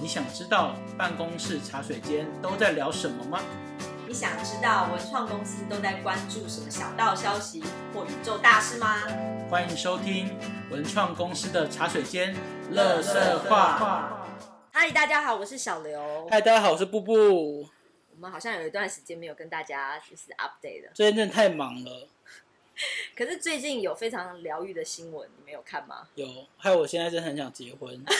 你想知道办公室茶水间都在聊什么吗？你想知道文创公司都在关注什么小道消息或宇宙大事吗？欢迎收听文创公司的茶水间乐色话。嗨，大家好，我是小刘。嗨，大家好，我是布布。我们好像有一段时间没有跟大家就是 update 了，最近真的太忙了，可是最近有非常疗愈的新闻，你没有看吗？有害我现在真的很想结婚。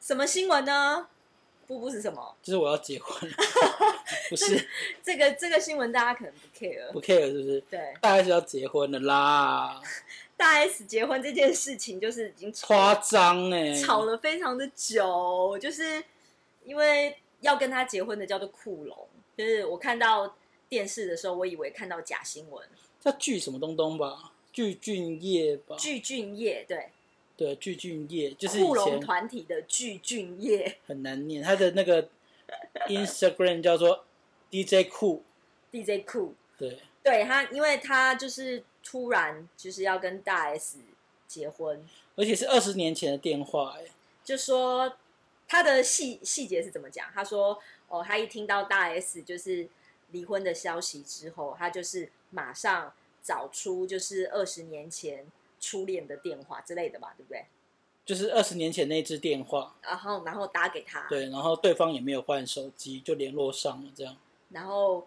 什么新闻呢？布布是什么？就是我要结 婚，不是这个这个新闻大家可能不 care。不 care 是不是？对，大概是要结婚了啦，大 S 结婚这件事情就是已经夸张哎，吵了非常的久，就是因为要跟他结婚的叫做库龙，就是我看到电视的时候，我以为看到假新闻，叫巨什么东东吧，巨俊业吧，具俊晔对，对，巨俊业就是以库龙前团体的具俊晔很难念，他的那个 Instagram 叫做 DJ 酷， DJ 库，对，对他，因为他就是突然就是要跟大 S 结婚，而且是二十年前的电话、哎，就说他的细细节是怎么讲？他说：“哦，他一听到大 S 就是离婚的消息之后，他就是马上找出就是二十年前初恋的电话之类的嘛，对不对？就是二十年前那支电话，然后然后打给他，对，然后对方也没有换手机，就联络上了，这样。然后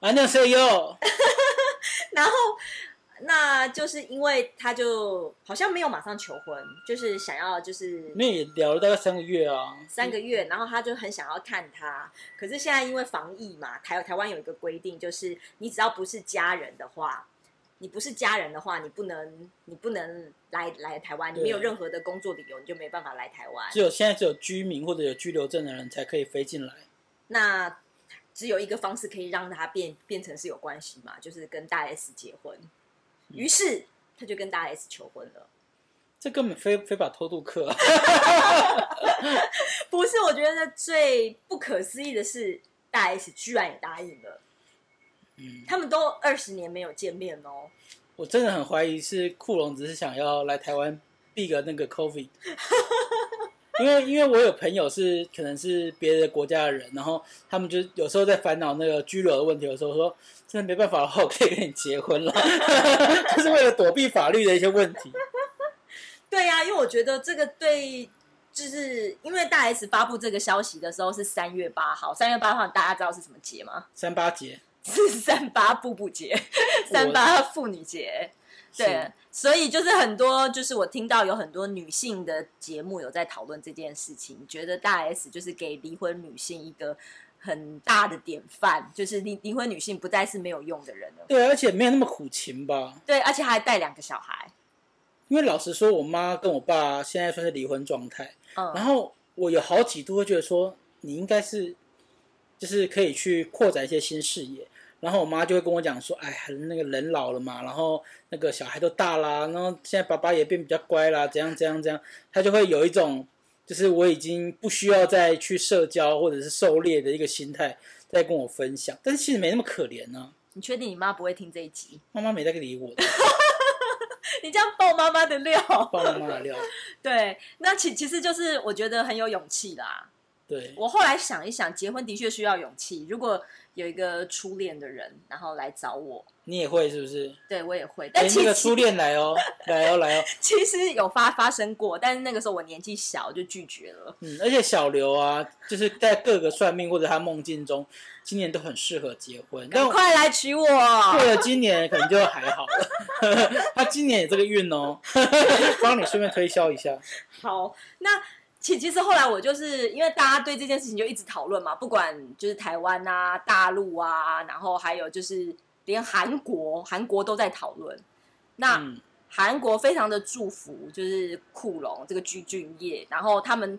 啊，那谁哟？然后那就是因为他就好像没有马上求婚，就是想要就是那也聊了大概三个月啊，三个月，然后他就很想要看他。可是现在因为防疫嘛，台台湾有一个规定，就是你只要不是家人的话，你不是家人的话，你不能你不能来来台湾，你对没有任何的工作理由，你就没办法来台湾只。有现在只有居民或者有居留证的人才可以飞进来。那只有一个方式可以让他变变成是有关系嘛，就是跟大 S 结婚。于是他就跟大 S 求婚了。这根本非非法偷渡客、啊，不是，我觉得最不可思议的是，大 S 居然也答应了。嗯，他们都二十年没有见面哦。我真的很怀疑是库龙只是想要来台湾避个那个 COVID，因为因为我有朋友是可能是别的国家的人，然后他们就有时候在烦恼那个居留的问题的时候，说真的没办法的话，我可以跟你结婚了， 就是为了躲避法律的一些问题。对呀、因为我觉得这个对，就是因为大 S 发布这个消息的时候是三月八号，三月八号大家知道是什么节吗？ 三八节，是三八步步节，三八妇女节。对是，所以就是很多，就是我听到有很多女性的节目有在讨论这件事情，觉得大 S 就是给离婚女性一个很大的典范，就是离离婚女性不再是没有用的人了。对，而且没有那么苦情吧？对，而且还带两个小孩。因为老实说，我妈跟我爸现在算是离婚状态，然嗯，后我有好几度会觉得说，你应该是就是可以去扩展一些新视野。然后我妈就会跟我讲说，哎，那个人老了嘛，然后那个小孩都大啦，然后现在爸爸也变比较乖啦，怎样怎样怎样，她就会有一种就是我已经不需要再去社交或者是狩猎的一个心态在跟我分享。但是其实没那么可怜呢、你确定你妈不会听这一集？ 妈妈没在理我的，你这样爆妈妈的料。 爆妈妈的料。对，那其其实就是我觉得很有勇气啦。对，我后来想一想，结婚的确需要勇气。如果有一个初恋的人，然后来找我，你也会是不是？对我也会。哎但，其那实、个初恋来哦，来哦，来哦。 其实有发发生过，但是那个时候我年纪小就拒绝了。嗯，而且小刘啊，就是在各个算命或者他梦境中，今年都很适合结婚。但赶快来娶我！过了今年可能就还好了， 他今年也这个运哦， 帮你顺便推销一下。好，那其其实后来我就是因为大家对这件事情就一直讨论嘛，不管就是台湾啊、大陆啊，然后还有就是连韩国，韩国都在讨论。那、嗯，韩国非常的祝福，就是库龙这个具俊晔，然后他们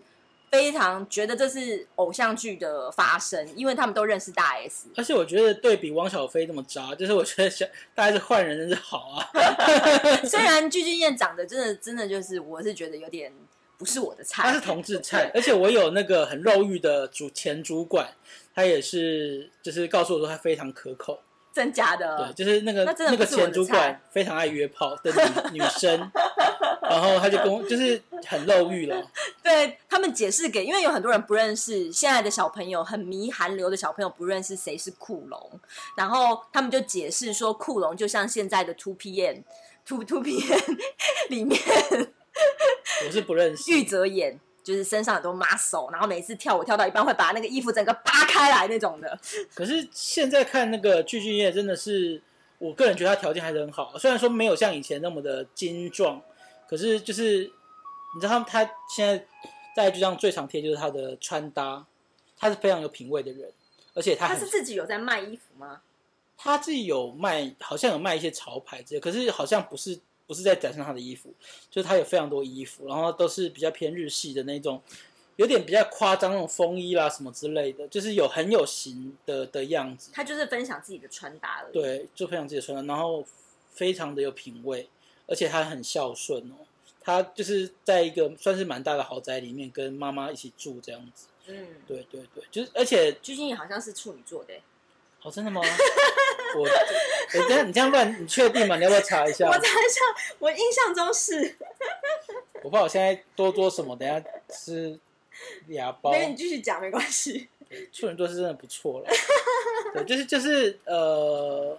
非常觉得这是偶像剧的发生，因为他们都认识大 S。而且我觉得对比汪小菲那么渣，就是我觉得小大概是换人真是好啊。 虽然具俊晔长得真的真的就是，我是觉得有点不是我的菜。他是同志菜，而且我有那个很肉欲的主前主管，他也是就是告诉我说他非常可口。 真假对，的，就是那个嗯那真的个不是我前的主菜管非常爱约炮的女女生，然后他就跟我就是很肉欲了，对他们解释给，因为有很多人不认识现在的小朋友，很迷韩流的小朋友不认识谁是酷龙，然后他们就解释说酷龙就像现在的 Two PM Two Two PM 里面我是不认识。玉泽演，就是身上很多 muscle，然后每次跳舞跳到一半会把那个衣服整个扒开来那种的。可是现在看那个具俊晔，真的是我个人觉得他条件还是很好，虽然说没有像以前那么的精壮，可是就是你知道他他现在在剧上最常贴就是他的穿搭，他是非常有品味的人，而且他他很是自己有在卖衣服吗？他自己有卖，好像有卖一些潮牌之类，可是好像不是不是在展示他的衣服，就是他有非常多衣服，然后都是比较偏日系的那种，有点比较夸张那种风衣啦什么之类的，就是有很有型的的样子。他就是分享自己的穿搭而已。对，就非常自己的穿搭，然后非常的有品味，而且他很孝顺哦。他就是在一个算是蛮大的豪宅里面跟妈妈一起住这样子。嗯，对对对，就是而且鞠婧祎好像是处女座的欸、哦，真的吗？我我这样你这样乱，你确定吗？你要不要查一下？我在想，我印象中是。我不知道我现在多多什么，等一下吃哑包。没有，你继续讲，没关系。处女座是真的不错了， 对，就是就是呃，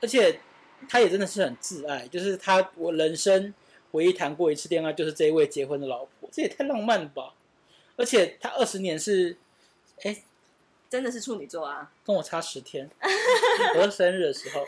而且他也真的是很自爱，就是他我人生唯一谈过一次恋爱，就是这一位结婚的老婆，这也太浪漫了吧！而且他二十年是，哎、真的是处女座啊，跟我差十天， 我生日的时候，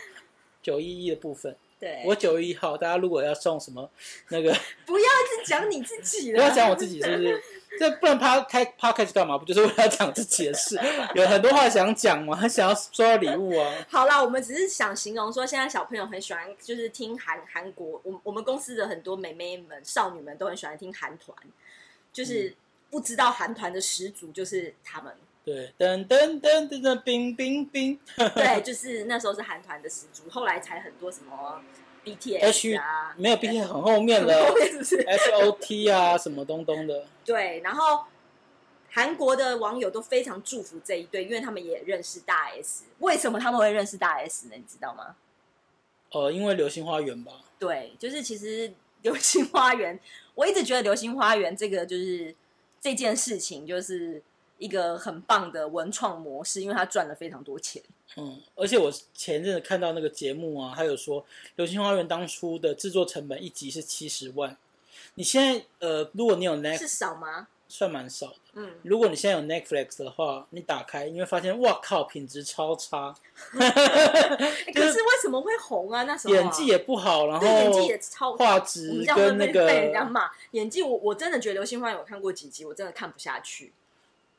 九一一的部分，对，我九一号，大家如果要送什么那个。不要一直讲你自己不了，要讲我自己是不是？ 这不然他开 podcast 干嘛？不就是为了讲自己的事？有很多话想讲嘛， 想要收到礼物啊。好啦，我们只是想形容说，现在小朋友很喜欢，就是听韩韩国，我我们公司的很多美眉们、少女们都很喜欢听韩团，就是不知道韩团的始祖就是 他们，对，噔噔噔噔噔，冰冰冰对，就是那时候是韩团的始祖，后来才很多什么，H BTS 啊，没有 B T 很后面后了面是不是？ ，S O T 啊什么东东的，对，然后韩国的网友都非常祝福这一对，因为他们也认识大 S。为什么他们会认识大 S 呢？你知道吗？呃，因为《流星花园》吧，对，就是其实《流星花园》，我一直觉得《流星花园》这个就是这件事情，就是一个很棒的文创模式，因为它赚了非常多钱。嗯，而且我前阵子看到那个节目啊，他有说《流星花园》当初的制作成本一集是七十万，你现在呃，如果你有 Net 是少吗？算蛮少的。嗯，如果你现在有 Netflix 的话，你打开你会发现，哇靠，品质超差，诶可是为什么会红啊？那时候啊、演技也不好，然后对演技也超画我们质这样会跟不那会被人家个，骂演技我，我真的觉得《流星花园》我看过几集，我真的看不下去。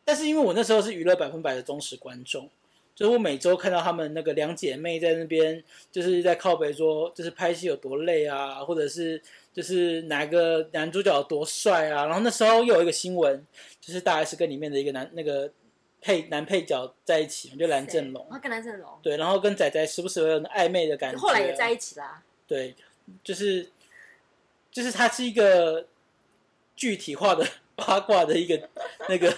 但是因为我那时候是娱乐百分百的忠实观众。就是我每周看到她们那个两姐妹在那边，就是在靠北说，就是拍戏有多累啊，或者是就是哪个男主角有多帅啊。然后那时候又有一个新闻，就是大 S 跟里面的一个男那个配男配角在一起，就蓝正龙对，他跟蓝正龙对，然后跟仔仔时不时会有那暧昧的感觉、后来也在一起啦。对，就是就是它是一个具体化的八卦的一个那 个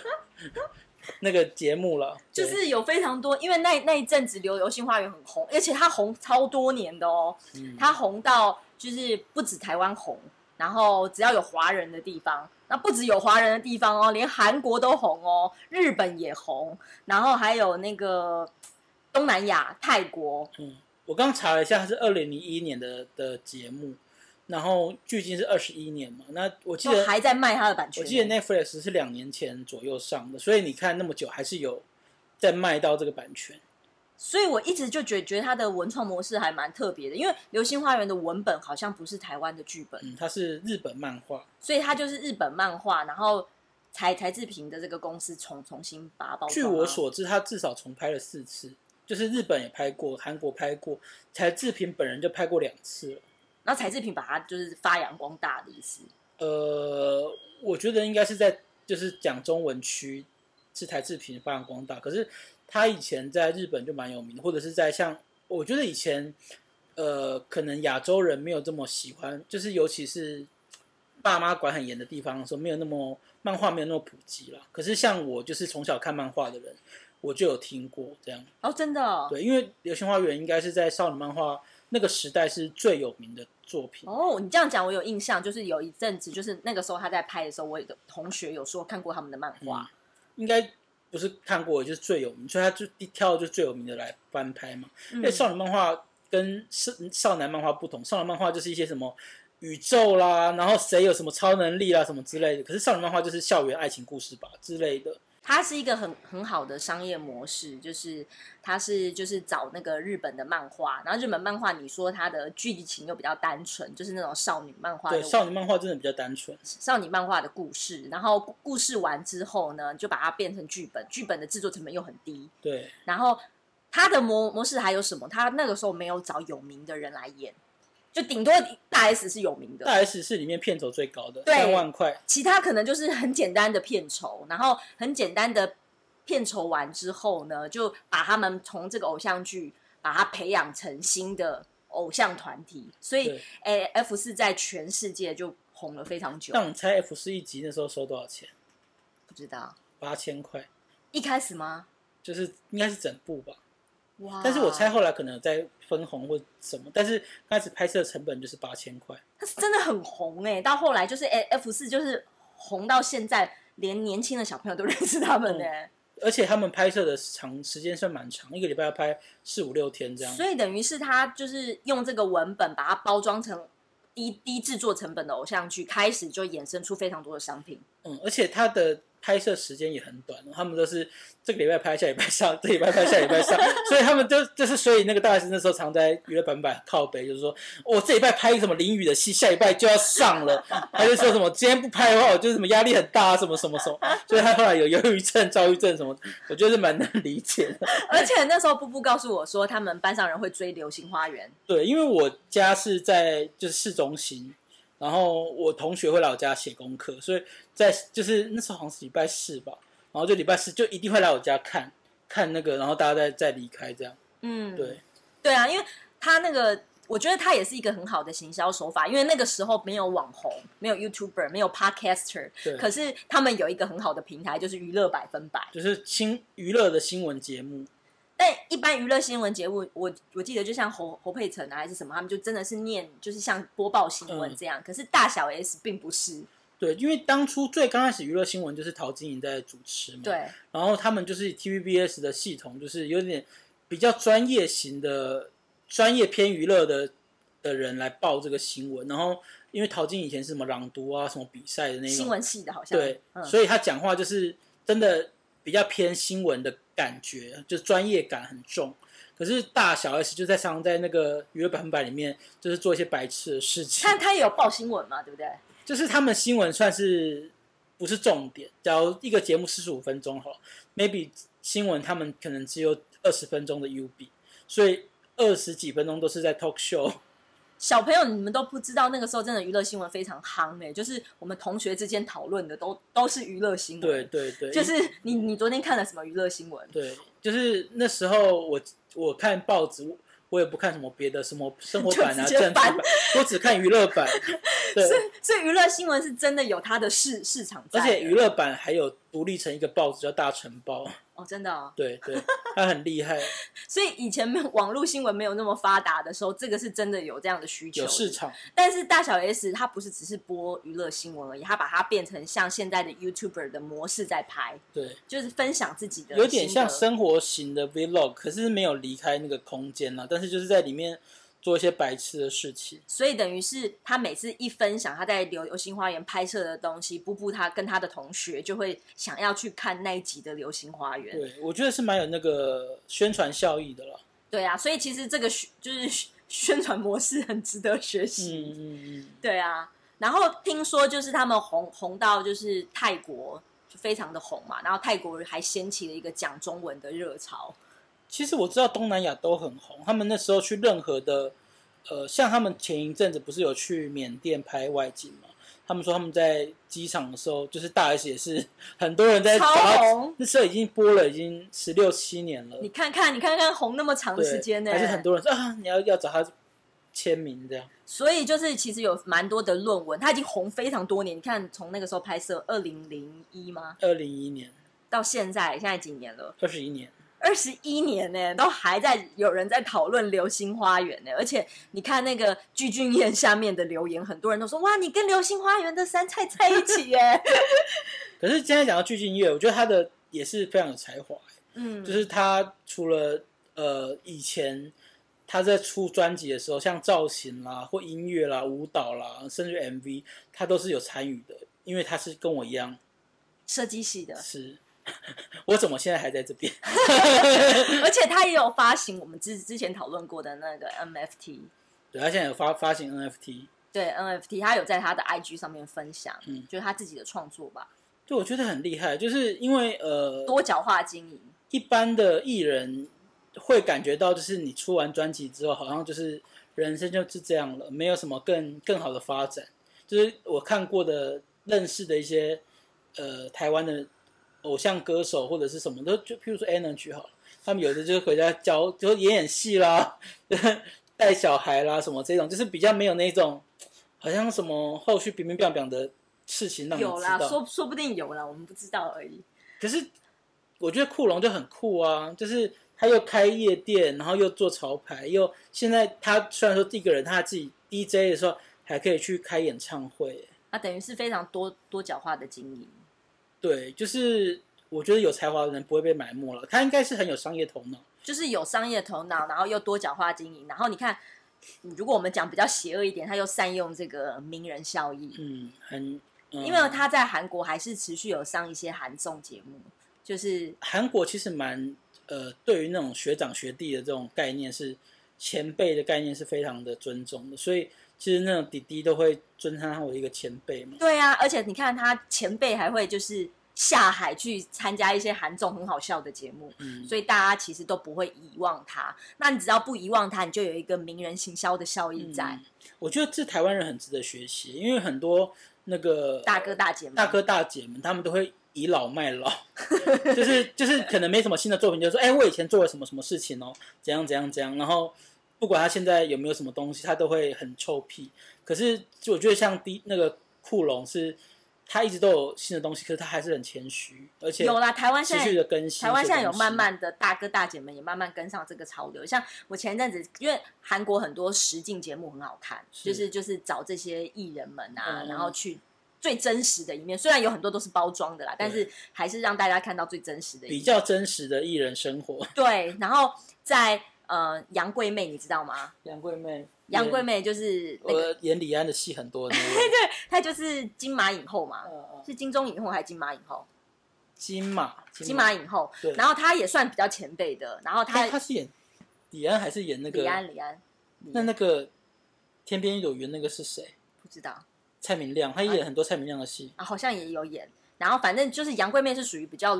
那个节目了，就对是有非常多，因为那那一阵子《流流星花园》很红，而且它红超多年的哦，嗯它红到就是不止台湾红，然后只要有华人的地方，那不止有华人的地方哦，连韩国都红哦，日本也红，然后还有那个东南亚、泰国，我刚查了一下，它是二零零一年的的节目，然后距今是二十一年嘛，那我记就得哦还在卖它的版权。我记得 Netflix 是两年前左右上的，所以你看那么久还是有在卖到这个版权。所以我一直就觉觉得它的文创模式还蛮特别的，因为《流星花园》的文本好像不是台湾的剧本。嗯，它是日本漫画，所以它就是日本漫画，然后才才志平的这个公司重重新把它包装啊。据我所知，他至少重拍了四次，就是日本也拍过，韩国拍过，柴智屏本人就拍过两次了。然后才志平把它就是发扬光大的意思。呃，我觉得应该是在就是讲中文区是台制品发扬光大，可是他以前在日本就蛮有名的，或者是在像我觉得以前呃，可能亚洲人没有这么喜欢，就是尤其是爸妈管很严的地方的时候，没有那么漫画没有那么普及啦。可是像我就是从小看漫画的人，我就有听过这样。哦，真的、哦，对，因为《流星花园》应该是在少女漫画那个时代是最有名的作品。哦，你这样讲我有印象，就是有一阵子，就是那个时候他在拍的时候，我有个同学有说看过他们的漫画。应该不是看过，就是最有名，所以他就一挑就最有名的来翻拍嘛。嗯因嗯为少女漫画跟少少男漫画不同，少男漫画就是一些什么宇宙啦，然后谁有什么超能力啦什么之类的，可是少女漫画就是校园爱情故事吧之类的。它是一个很很好的商业模式，就是它是就是找那个日本的漫画，然后日本漫画你说它的剧情又比较单纯，就是那种少女漫画的对，少女漫画真的比较单纯。少女漫画的故事，然后故故事完之后呢，就把它变成剧本，剧本的制作成本又很低，对，然后它的模模式还有什么？它那个时候没有找有名的人来演，就顶多大 S 是有名的，大 S 是里面片酬最高的，对三万块。其他可能就是很简单的片酬，然后很简单的片酬完之后呢，就把他们从这个偶像剧把它培养成新的偶像团体，所以对，诶 F 四在全世界就红了非常久。让你猜 F 四一集那时候收多少钱？不知道八千块，一开始吗？就是应该是整部吧。哇！但是我猜后来可能有在分红或什么，但是刚开始拍摄的成本就是八千块。他是真的很红哎、到后来就是诶 F 四就是红到现在，连年轻的小朋友都认识他们呢、而且他们拍摄的长时间算蛮长，一个礼拜要拍四五六天这样。所以等于是他就是用这个文本把它包装成低低制作成本的偶像剧，开始就衍生出非常多的商品。嗯，而且他的拍摄时间也很短，他们都是这个礼拜拍，下礼拜上，这个礼拜拍，下礼拜上，所以他们就就是所以那个大 S 那时候常在娱乐版版靠北，就是说我、这礼拜拍一个什么淋雨的戏，下礼拜就要上了，他就说什么今天不拍的话，我就是什么压力很大啊，什么什么什么，所以他后来有忧郁症、躁郁症什么，我觉得是蛮能理解的。而且那时候布布告诉我说，他们班上人会追《流星花园对，因为我家是在就是市中心，然后我同学会来我家写功课，所以在就是那时候好像是礼拜四吧，然后就礼拜四就一定会来我家看看那个，然后大家再再离开这样。》。嗯，对，对啊，因为他那个。我觉得他也是一个很好的行销手法，因为那个时候没有网红，没有 YouTuber，没有 Podcaster，对可是他们有一个很好的平台，就是娱乐百分百。就是新娱乐的新闻节目，但一般娱乐新闻节目，我我记得就像侯侯佩岑啊，还是什么，他们就真的是念就是像播报新嗯闻这样。可是大小 S 并不是，对，因为当初最刚开始娱乐新闻就是陶晶莹在主持嘛，，对然后他们就是 TVBS 的系统，就是有点比较专业型的、专业偏娱乐的的人来报这个新闻。然后因为陶晶以前是什么朗读啊、什么比赛的那种新闻系的好像对，嗯所以他讲话就是真的比较偏新闻的感觉，就专业感很重。可是大小 S 就在常常在那个娱乐百分百里面，就是做一些白痴的事情他。他也有报新闻嘛，对不对？就是他们新闻算是不是重点？假如一个节目四十五分钟好了，maybe 新闻他们可能只有二十分钟的 UB，所以二十几分钟都是在 talk show。 小朋友，你们都不知道，那个时候真的娱乐新闻非常夯哎、就是我们同学之间讨论的都都是娱乐新对闻，对对，就是你你昨天看了什么娱乐新闻？对，就是那时候我我看报纸，我我也不看什么别的什么生活版啊、就直政接治版，我只看娱乐 版。对，所以娱乐新闻是真的有它的市市场在而的，且娱乐版还有独立成一个报纸叫《大成报》。哦，真的、哦。对对，它很厉害，所以以前没有网络新闻没有那么发达的时候，这个是真的有这样的需求，有市场。但是大小 S 她不是只是播娱乐新闻而已，她把它变成像现在的 YouTuber 的模式在拍，对。就是分享自己的心得，有点像生活型的 vlog，可是没有离开那个空间啊啦，但是就是在里面做一些白痴的事情。所以等于是她每次一分享她在流流星花园拍摄的东西，布布她跟她的同学就会想要去看那一集的流星花园。对，我觉得是蛮有那个宣传效益的啦。对啊，所以其实这个宣就是宣宣传模式很值得学习。嗯嗯嗯，对啊，然后听说就是他们红红到就是泰国就非常的红嘛，然后泰国还掀起了一个讲中文的热潮。其实我知道东南亚都很红，他们那时候去任何的，呃，像他们前一阵子不是有去缅甸拍外景嘛？他们说他们在机场的时候，就是大 S 也是 很多人在找超到红那时候已经播了已经十六七年了，你看看，你看看红那么长对时间呢、还是很多人说啊，你要要找他签名这样。所以就是其实有蛮多的论文，他已经红非常多年。你看从那个时候拍摄，二零零一吗？二零一年，到现在现在几年了？二十一年。二十一年呢、都还在有人在讨论《流星花园》呢。而且你看那个具俊彦下面的留言，很多人都说：“哇，你跟《流星花园》的杉菜在一起耶 可是现在讲到具俊晔，我觉得他的也是非常有才华、！”嗯，就是他除了呃以前他在出专辑的时候，像造型啦、或音乐啦、舞蹈啦，甚至 MV，他都是有参与的，因为他是跟我一样设计系的，是。 我怎么现在还在这边？而且他也有发行我们之之前讨论过的那个 NFT。对，他现在有发发行 NFT，对 NFT，他有在他的 IG 上面分享，嗯就是他自己的创作吧，对，我觉得很厉害，就是因为呃，多角化经营。一般的艺人会感觉到，就是你出完专辑之后，好像就是人生就是这样了，没有什么更更好的发展。就是我看过的、认识的一些呃台湾的偶像歌手或者是什么，都就譬如说 Energy 好了，他们有的就是回家教，就演演戏啦，带小孩啦什么这种，就是比较没有那种好像什么后续冰冰冰冰的事情让你有知啦，道。说说不定有啦，我们不知道而已。可是我觉得酷龙就很酷啊，就是他又开夜店，然后又做潮牌，又现在他虽然说一个人他自己 DJ 的时候，还可以去开演唱会。那等于是非常多多角化的经营。对，就是我觉得有才华的人不会被埋没了，他应该是很有商业头脑。就是有商业头脑，然后又多角化经营，然后你看，嗯如果我们讲比较邪恶一点，他又善用这个名人效益，嗯，很，嗯、因为他在韩国还是持续有上一些韩综节目，就是韩国其实蛮呃，对于那种学长学弟的这种概念是前辈的概念是非常的尊重的，所以其实那种弟弟都会尊称他为一个前辈嘛。对啊，而且你看他前辈还会就是下海去参加一些韩综很好笑的节目，嗯，所以大家其实都不会遗忘他。那你只要不遗忘他，你就有一个名人行销的效益在，嗯我觉得这台湾人很值得学习，因为很多那个大哥大姐们，大哥大姐们，他们都会倚老卖 老，就是就是可能没什么新的作品，就说哎、我以前做了什么什么事情哦，怎样怎样怎样，然后不管他现在有没有什么东西，他都会很臭屁。可是就我觉得像第那个库龙是，他一直都有新的东西，可是他还是很谦虚，而且有啦，台湾持现在续的更新。台湾现在有这些东慢西，慢的大哥大姐们也慢慢跟上这个潮流，像我前一阵子，因为韩国很多实境节目很好看，是就是就是找这些艺人们啊，嗯然后去最真实的一面。虽然有很多都是包装的啦，但是还是让大家看到最真实的一比面。较真实的艺人生活。对，然后在呃杨贵妹，你知道吗？杨贵妹，杨贵，妹就是那个，嗯我演李安的戏很 多的那位。她就是金马影后嘛，呃呃是金钟影后还是金马影后？金马，金马影后对，然后她也算比较前辈的，然后她他他是演李安还是演那个？李安李安，李那安那个《天边有缘》那个是谁？不知道。蔡明亮，他演很多蔡明亮的戏。啊，好像也有演。然后反正就是杨贵妹是属于比较，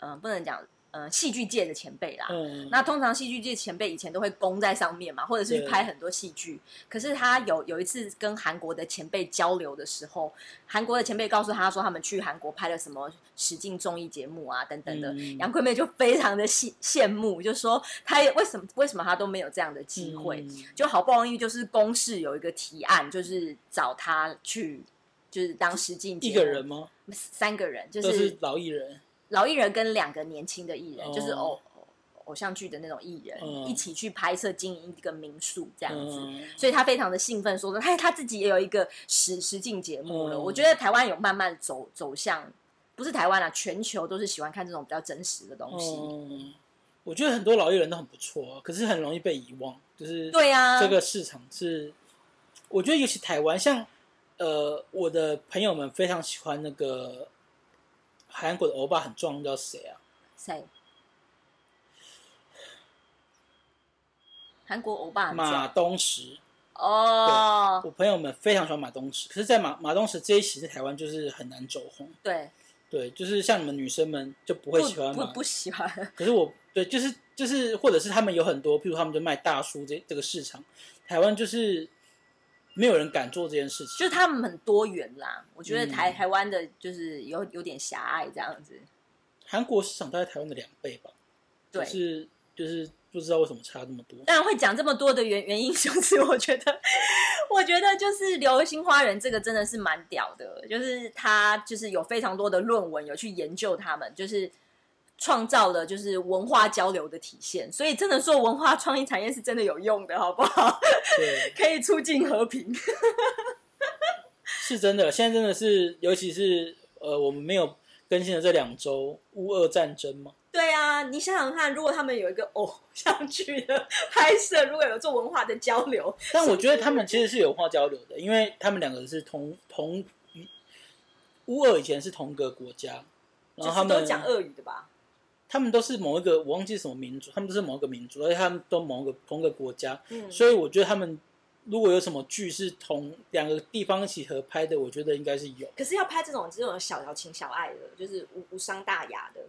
嗯、不能讲，嗯、戏剧界的前辈啦。嗯，啊那通常戏剧界前辈以前都会攻在上面嘛，或者是去对拍很多戏剧。可是他有有一次跟韩国的前辈交流的时候，韩国的前辈告诉他说，他们去韩国拍了什么实境综艺节目啊等等的。嗯杨贵妹就非常的羡羡慕，就说她也为什么为什么她都没有这样的机会？嗯就好不容易就是公示有一个提案，就是找他去，就是当实境节一目个人吗？三个人，就都是是老艺人。老艺人跟两个年轻的艺人，哦就是偶偶偶像剧的那种艺人，嗯一起去拍摄经营一个民宿这样子。嗯，所以他非常的兴奋，说说他他自己也有一个实实境节目了。嗯我觉得台湾有慢慢走走向，不是台湾啦，全球都是喜欢看这种比较真实的东西。嗯，我觉得很多老艺人都很不错，可是很容易被遗忘。就是对啊，这个市场是，我觉得尤其台湾，像呃，我的朋友们非常喜欢那个韩国的欧巴很壮，叫谁啊？谁？韩国欧巴很马壮东石。哦，我朋友们非常喜欢马东石，可是，在马马东石这一期在台湾就是很难走红。对，对，就是像你们女生们就不会不喜欢不马，不喜欢，可是我对，就是就是，或者是他们有很多，譬如他们就卖大叔这这个市场，台湾就是没有人敢做这件事情。就是他们很多元啦。我觉得台、嗯台湾的就是有有点狭隘这样子。韩国市场大概台湾的两倍吧，对，就是就是不知道为什么差这么多。当然会讲这么多的原原因， 就是我觉得，我觉得就是《流星花园》这个真的是蛮屌的，就是他就是有非常多的论文有去研究他们，就是创造了就是文化交流的体现，所以真的做文化创意产业是真的有用的，好不好？ 对， 可以促进和平。是真的。现在真的是，尤其是呃，我们没有更新的这两周，乌俄战争嘛，对啊，你想想看，如果他们有一个偶像剧的拍摄，如果有做文化的交流，但我觉得他们其实是有文化交流的，因为他们两个是同同乌俄以前是同个国家，然就后他是都们讲俄语的吧？他们都是某一个我忘记什么民族，他们都是某一个民族，而且他们都某一个同一个国家，嗯，所以我觉得他们如果有什么剧是同两个地方一起合拍的，我觉得应该是有。可是要拍这种这种小小情小爱的，就是无无伤大雅的，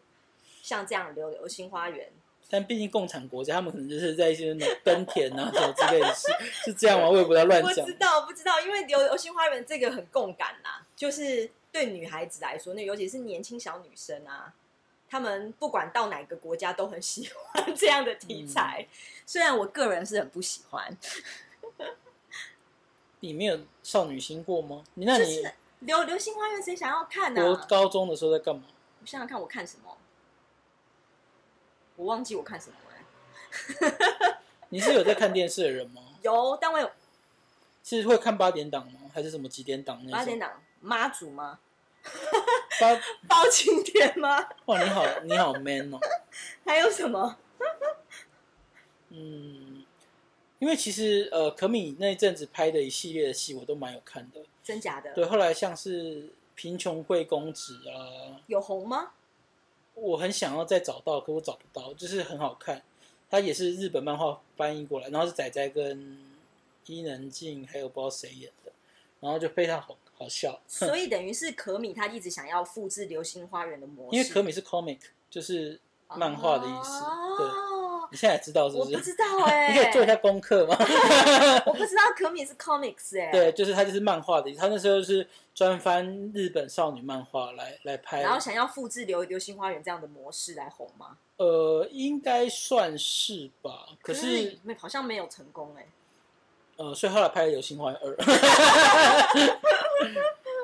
像这样流流星花园，但毕竟共产国家，他们可能就是在一些 那种耕田啊什么之类的事，是这样吗？我也不要 乱不讲知。道不知道，因为流流星花园这个很共感啦，就是对女孩子来说，那尤其是年轻小女生啊，她们不管到哪个国家都很喜欢这样的嗯题材，虽然我个人是很不喜欢，你没有少女心过吗？你那就你是流流星花园谁想要看呢、国啊？高中的时候在干嘛？我想想看，我看什么？我忘记我看什么了、你是有在看电视的人吗？有，但我有是会看八点档吗？还是什么几点档那种？八点档妈祖 吗？八包青天吗？哇，你好，你好 man 哦。还有什么？嗯，因为其实呃，可米那一阵子拍的一系列的戏，我都蛮有看的。真假的？对，后来像是《贫穷贵公子》啊，有红吗？我很想要再找到，可我找不到，就是很好看。它也是日本漫画翻译过来，然后是仔仔跟伊能静还有不知道谁演的，然后就非常好好笑。所以等于是可米他一直想要复制《流星花园》的模式，因为可米是 comic，就是漫画的意思。对，哦，你现在知道是我不不是？啊知道哎、你 可以做一下功课吗？我不知道可米是 comics 哎、对，就是他就是漫画的意思，他那时候是专翻日本少女漫画来来拍的。然后想要复制流《流星花园》这样的模式来红吗？呃，应该算是吧。可是没好像没有成功哎、呃，所以后来拍了《流星花园二》，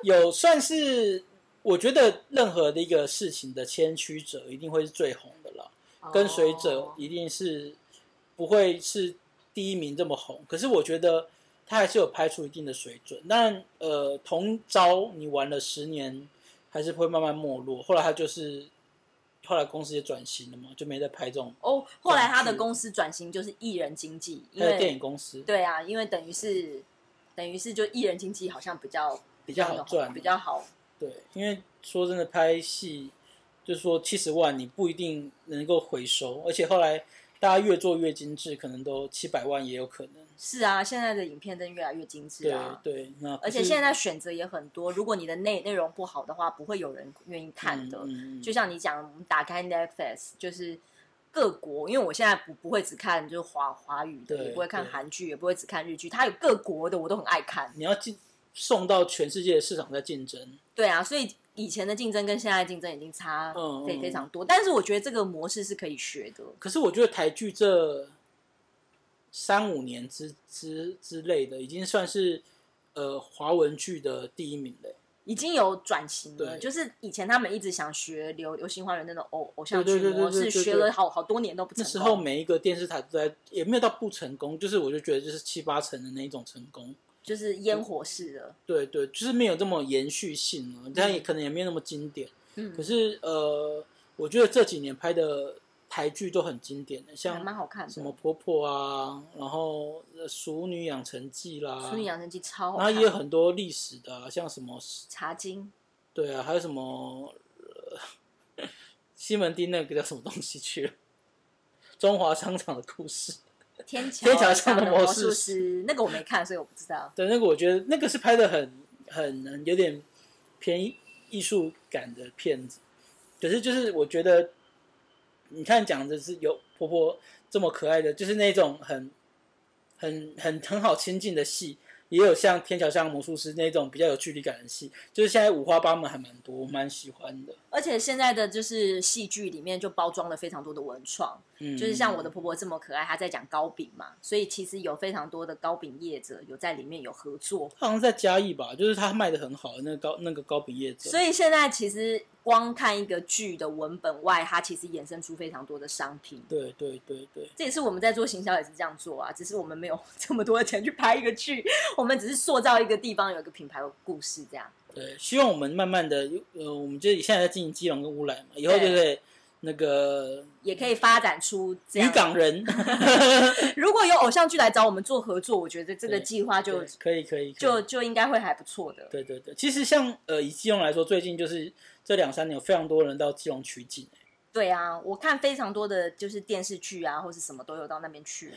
有算是我觉得任何的一个事情的先驱者一定会是最红的啦，跟随者哦一定是不会是第一名这么红。可是我觉得他还是有拍出一定的水准。当然，呃，同招你玩了十年，还是会慢慢没落。后来他就是后来公司也转型了嘛，就没再拍这种。哦，后来他的公司转型就是艺人经纪，因还有电为影公司，对啊，因为等于是等于是就艺人经纪好像比较比较好啊赚比较好对，因为说真的，拍戏就是说七十万你不一定能够回收，而且后来大家越做越精致，可能都七百万也有可能。是啊，现在的影片真的越来越精致对啊。对，那而且现在选择也很多，如果你的内内容不好的话，不会有人愿意看的。嗯嗯嗯就像你讲，我们打开 Netflix，就是各国，因为我现在不不会只看就是华华语的，对也不会看对韩剧，也不会只看日剧，它有各国的我都很爱看。你要进送到全世界的市场在竞争，对啊，所以以前的竞争跟现在的竞争已经差嗯非嗯非常多，但是我觉得这个模式是可以学的。可是我觉得台剧这三五年之之之类的，已经算是呃华文剧的第一名了。已经有转型了，对就是以前他们一直想学流流星花园那种偶偶像对剧对对模式，对对对学了好好多年都不成那功。时候每一个电视台都在，也没有到不成功，就是我就觉得就是七八成的那一种成功。就是烟火式的，对对，就是没有这么延续性了，但也可能也没有那么经典。嗯可，是呃，我觉得这几年拍的台剧都很经典的，还像蛮好看的。什么婆婆啊，然后呃《熟女养成记》啦，淑女养成记超好然后看，啊也有很多历史的、啊，像什么茶经，对啊，还有什么、呃 西门町那个叫什么东西去了，中华商场的故事。天桥天桥上上的魔魔术术师，那个我没看，所以我不知道。对，那个我觉得那个是拍的很很很有点偏艺艺术感的片子，可是就是我觉得，你看讲的是有婆婆这么可爱的，就是那种很很很很好亲近的戏，也有像《天桥上的魔术师》那种比较有距离感的戏，就是现在五花八门还蛮多，我蛮喜欢的。而且现在的就是戏剧里面就包装了非常多的文创，嗯，就是像我的婆婆这么可爱，她在讲糕饼嘛，所以其实有非常多的糕饼业者有在里面有合作，好像在嘉义吧，就是他卖的很好的那个糕那个糕饼叶子，所以现在其实光看一个剧的文本外，它其实衍生出非常多的商品。对对对对，这也是我们在做行销也是这样做啊，只是我们没有 这么多的钱去拍一个剧，我们只是塑造一个地方有一个品牌的故事这样。对，希望我们慢慢的，呃，我们就现在在进行基隆跟乌来嘛，以后就对是那个也可以发展出这渔样。港人，如果有偶像剧来找我们做合作，我觉得这个对计划就对可以可以，可以就就应该会还不错的。对对对。其实像呃以基隆来说，最近就是这两三年有非常多人到基隆取景，欸对啊，我看非常多的就是电视剧啊，或是什么都有到那边去。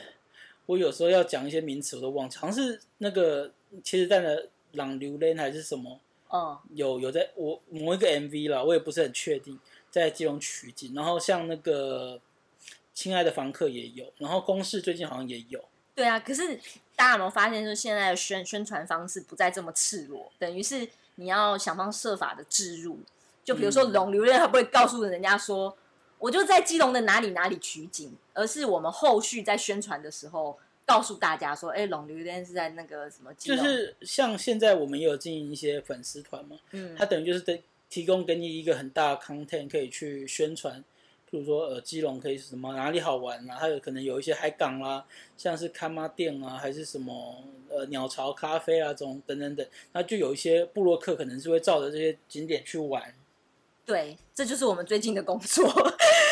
我有时候要讲一些名词我都忘记，好像是那个其实在的朗流连还是什么，嗯，有有在我某一个 MV 啦，我也不是很确定，在基隆取景。然后像那个《亲爱的房客》也有，然后公式最近好像也有。对啊。可是大家有没有发现，就是现在的宣宣传方式不再这么赤裸，等于是你要想方设法的置入。就比如说嗯龙流量，他不会告诉人家说，我就在基隆的哪里哪里取景，而是我们后续在宣传的时候告诉大家说，哎、龙流量是在那个什么基就隆，是像现在我们也有经营一些粉丝团嘛，嗯它，等于就是得提供给你一个很大的 content 可以去宣传，譬如说呃基隆可以是什么哪里好玩啊，还有可能有一些海港啦、像是看妈店啊，还是什么呃鸟巢咖啡啊这种等等等，那就有一些部落客可能是会照着这些景点去玩，对，这就是我们最近的工作，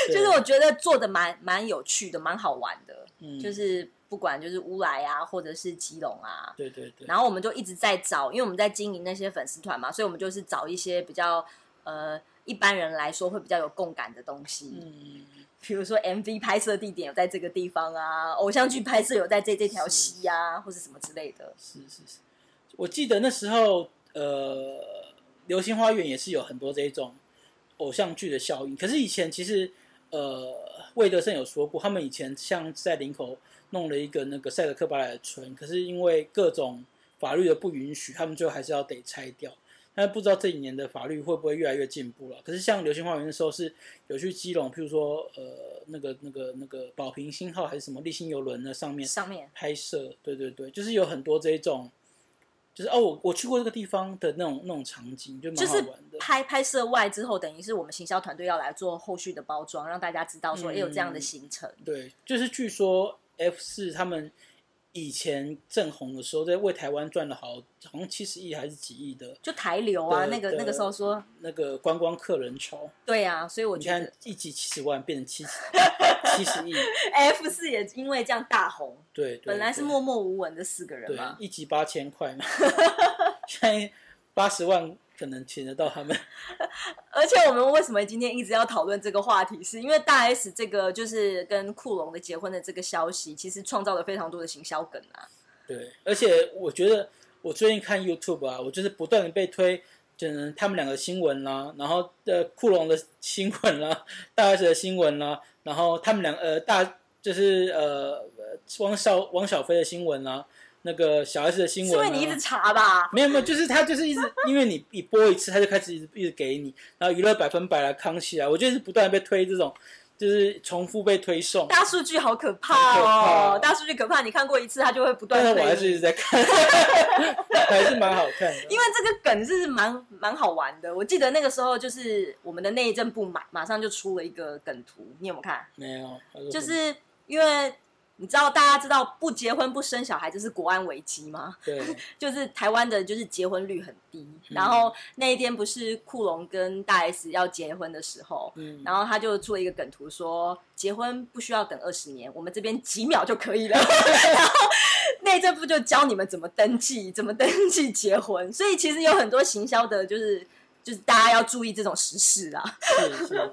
对 就是我觉得做的蛮蛮有趣的，蛮好玩的，嗯就是不管就是乌来啊，或者是基隆啊，对对对，然后我们就一直在找，因为我们在经营那些粉丝团嘛，所以我们就是找一些比较呃一般人来说会比较有共感的东西，嗯，比如说 MV 拍摄地点有在这个地方啊，偶像剧拍摄有在这这条溪啊，或是什么之类的。是是是，我记得那时候呃，流星花园也是有很多这种偶像剧的效应。可是以前其实呃，魏德胜有说过，他们以前像在林口弄了一个那个塞德克巴莱的村，可是因为各种法律的不允许，他们最后还是要得拆掉。但不知道这几年的法律会不会越来越进步了？可是像《流星花园》的时候是有去基隆，譬如说呃那个那个那个宝瓶星号还是什么立新游轮那上面上面拍摄，对对对，就是有很多这一种，就是哦，我我去过这个地方的那种那种场景，就蛮就好是玩的。拍拍摄外之后，等于是我们行销团队要来做后续的包装，让大家知道说，哎嗯也有这样的行程。对，就是据说 F 四他们以前正红的时候，在为台湾赚了好好像七十亿还是几亿的就台流啊，对那个对那个时候说，那个观光客人潮，对啊，所以我你觉看得一集七十万变成 七十七十亿， F 四也因为这样大红，对，对本来是对默默无闻的四个人对嘛，一集八千块嘛， 现在八十万可能请得到他们。而且我们为什么今天一直要讨论这个话题，是因为大 S 这个就是跟库龙的结婚的这个消息，其实创造了非常多的行销梗啊。对，而且我觉得我最近看 YouTube 啊，我就是不断的被推，就是他们两个新闻啦，然后呃库龙的新闻啦，大 S 的新闻啦，然后他们两呃大就是呃呃汪小汪小菲的新闻啦，那个小 S 的新是闻因啦，为你一直查吧？没有没有，就是他就是一直，因为你一播一次，他就开始一直一直给你，然后娱乐百分百啦、康熙啊，我就是不断地被推这种，就是重复被推送。大数据好可怕很可哦！怕大数据可怕，你看过一次，它就会不断但是推我还你是一直在看， 还是蛮好看的。因为这个梗是蛮蛮好玩的。我记得那个时候就是我们的内政部马马上就出了一个梗图，你有没有看？没有，他说就什么是因为你知道大家知道不结婚不生小孩这是国安危机吗？ 对，就是台湾的就是结婚率很低。然后那一天不是库龙跟大 S 要结婚的时候。嗯，然后他就做一个梗图说，结婚不需要等二十年，我们这边几秒就可以了。 然后内政部就教你们怎么登记，怎么登记结婚。所以其实有很多行销的，就是就是大家要注意这种时事啊。是是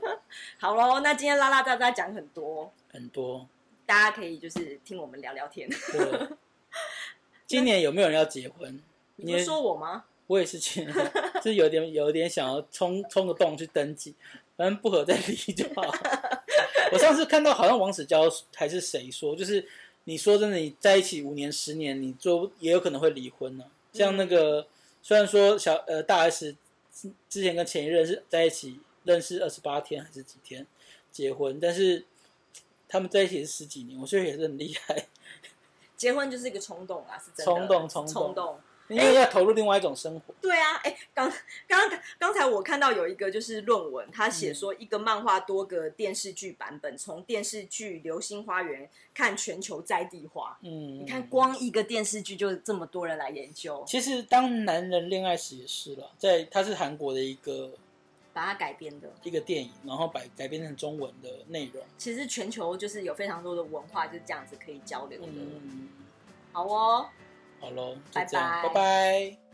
好喽，那今天拉拉杂杂讲很多，很多。大家可以就是听我们聊聊天。对， 今年有没有人要结婚？你不是也说我吗？我也是今年，就是有点有点想要冲冲个洞去登记，反正不合再离就好。 我上次看到好像王子娇还是谁说，就是你说真的，你在一起五年十年，你就也有可能会离婚呢、像那个、虽然说小呃大 S 之之前跟前一任是在一起认识二十八天还是几天结婚，但是他们在一起是十几年，我觉得也是很厉害。结婚就是一个冲动啊，是真的冲动冲动冲动。因为要投入另外一种生活。对啊，哎，刚刚刚刚才我看到有一个就是论文，他嗯写说一个漫画多个电视剧版本，从电视剧《流星花园》看全球在地化。嗯，你看，光一个电视剧就这么多人来研究，其实当男人恋爱时也是了，在它是韩国的一个把它改编的。一个电影，然后改改编成中文的内容。其实全球就是有非常多的文化就是这样子可以交流的。嗯，好哦。好喽，就拜这样，拜拜拜